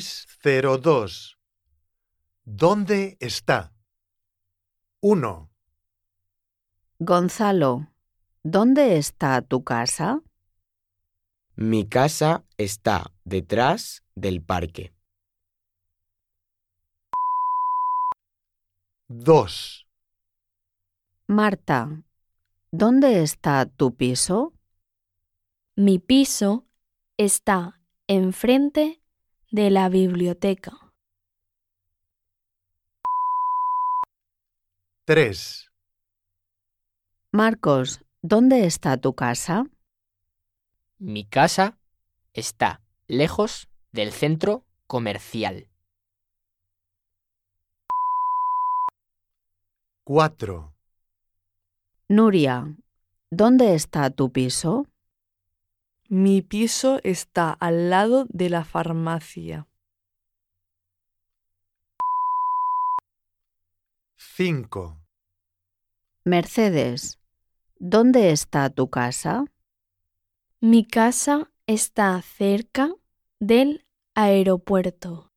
602. ¿Dónde está? 1, Gonzalo, ¿dónde está tu casa? Mi casa está detrás del parque. 2, Marta, ¿dónde está tu piso? Mi piso está enfrente de la biblioteca. 3, Marcos, ¿dónde está tu casa? Mi casa está lejos del centro comercial. 4, Nuria, ¿dónde está tu piso? Mi piso está al lado de la farmacia. 5, Mercedes, ¿dónde está tu casa? Mi casa está cerca del aeropuerto.